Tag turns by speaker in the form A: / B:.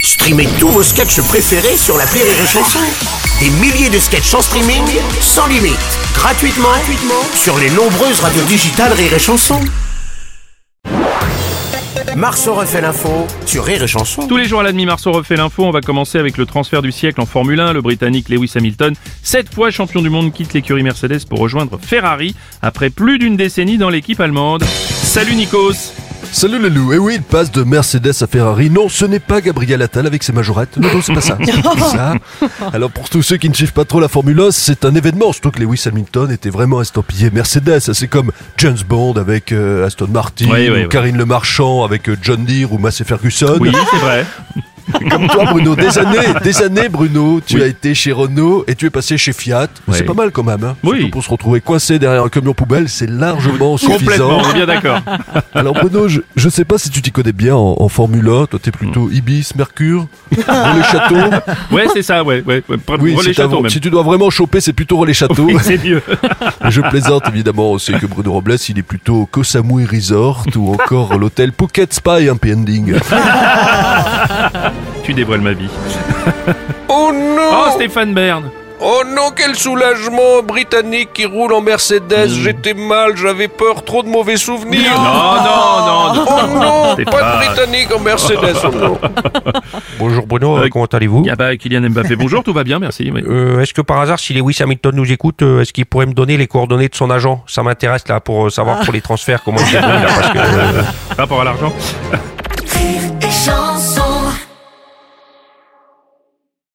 A: Streamez tous vos sketchs préférés sur la Rire et Chanson. Des milliers de sketchs en streaming, sans limite, gratuitement, gratuitement sur les nombreuses radios digitales Rire et Chanson. Marceau refait l'info sur Rire et Chanson.
B: Tous les jours à la demi-marceau refait l'info, on va commencer avec le transfert du siècle en Formule 1. Le Britannique Lewis Hamilton, sept fois champion du monde, quitte l'écurie Mercedes pour rejoindre Ferrari après plus d'une décennie dans l'équipe allemande. Salut Nikos
C: Salut le loup, et oui, il passe de Mercedes à Ferrari. Non, ce n'est pas Gabriel Attal avec ses majorettes. Non, non, c'est pas ça. C'est pas ça. Alors pour tous ceux qui ne suivent pas trop la Formule 1, c'est un événement, surtout que Lewis Hamilton était vraiment estampillé Mercedes. C'est comme James Bond avec euh, Aston Martin,
B: Oui, oui,
C: ou
B: oui.
C: Karine Le Marchand avec euh, John Deere ou Massey Ferguson.
B: Oui, c'est vrai.
C: Comme toi Bruno, des années, des années Bruno, tu
B: Oui.
C: as été chez Renault et tu es passé chez Fiat.
B: Oui.
C: C'est pas mal quand même. hein.
B: Oui.
C: Surtout pour se retrouver coincé derrière un camion poubelle, c'est largement
B: Complètement,
C: suffisant.
B: on est bien d'accord.
C: Alors Bruno, je, je sais pas si tu t'y connais bien en, en Formule 1, toi t'es plutôt
B: Hmm.
C: Ibis, Mercure, Relais Château.
B: Ouais, c'est ça, ouais. ouais. ouais. Pre-
C: Oui,
B: relais
C: si, t'as-
B: château même.
C: si tu dois vraiment choper, c'est plutôt Relais Château.
B: Oui, c'est mieux.
C: Je plaisante évidemment, on sait que Bruno Robles, il est plutôt Koh Samui Resort ou encore l'hôtel Phuket Spa et Happy Ending.
B: tu dévoiles ma vie.
D: Oh
B: Oh,
D: non
B: Stéphane Bern
D: Oh non, quel soulagement Britannique qui roule en Mercedes, j'étais mal, j'avais peur, trop de mauvais souvenirs
B: Hmm. Non, non, non, non.
D: Oh non
B: C'est
D: Pas
B: pas-
D: de Britannique en Mercedes, oh non
E: Bonjour Bruno,
B: Euh,
E: comment allez-vous
B: Ah bah, Kylian Mbappé, bonjour, tout va bien, merci. oui.
E: Euh, Est-ce que par hasard, si Lewis Hamilton nous écoute, euh, est-ce qu'il pourrait me donner les coordonnées de son agent Ça m'intéresse là pour euh,
B: Ah.
E: savoir pour les transferts comment il est bon, là, parce que, euh,
B: Rapport à l'argent.
F: rire et chanson.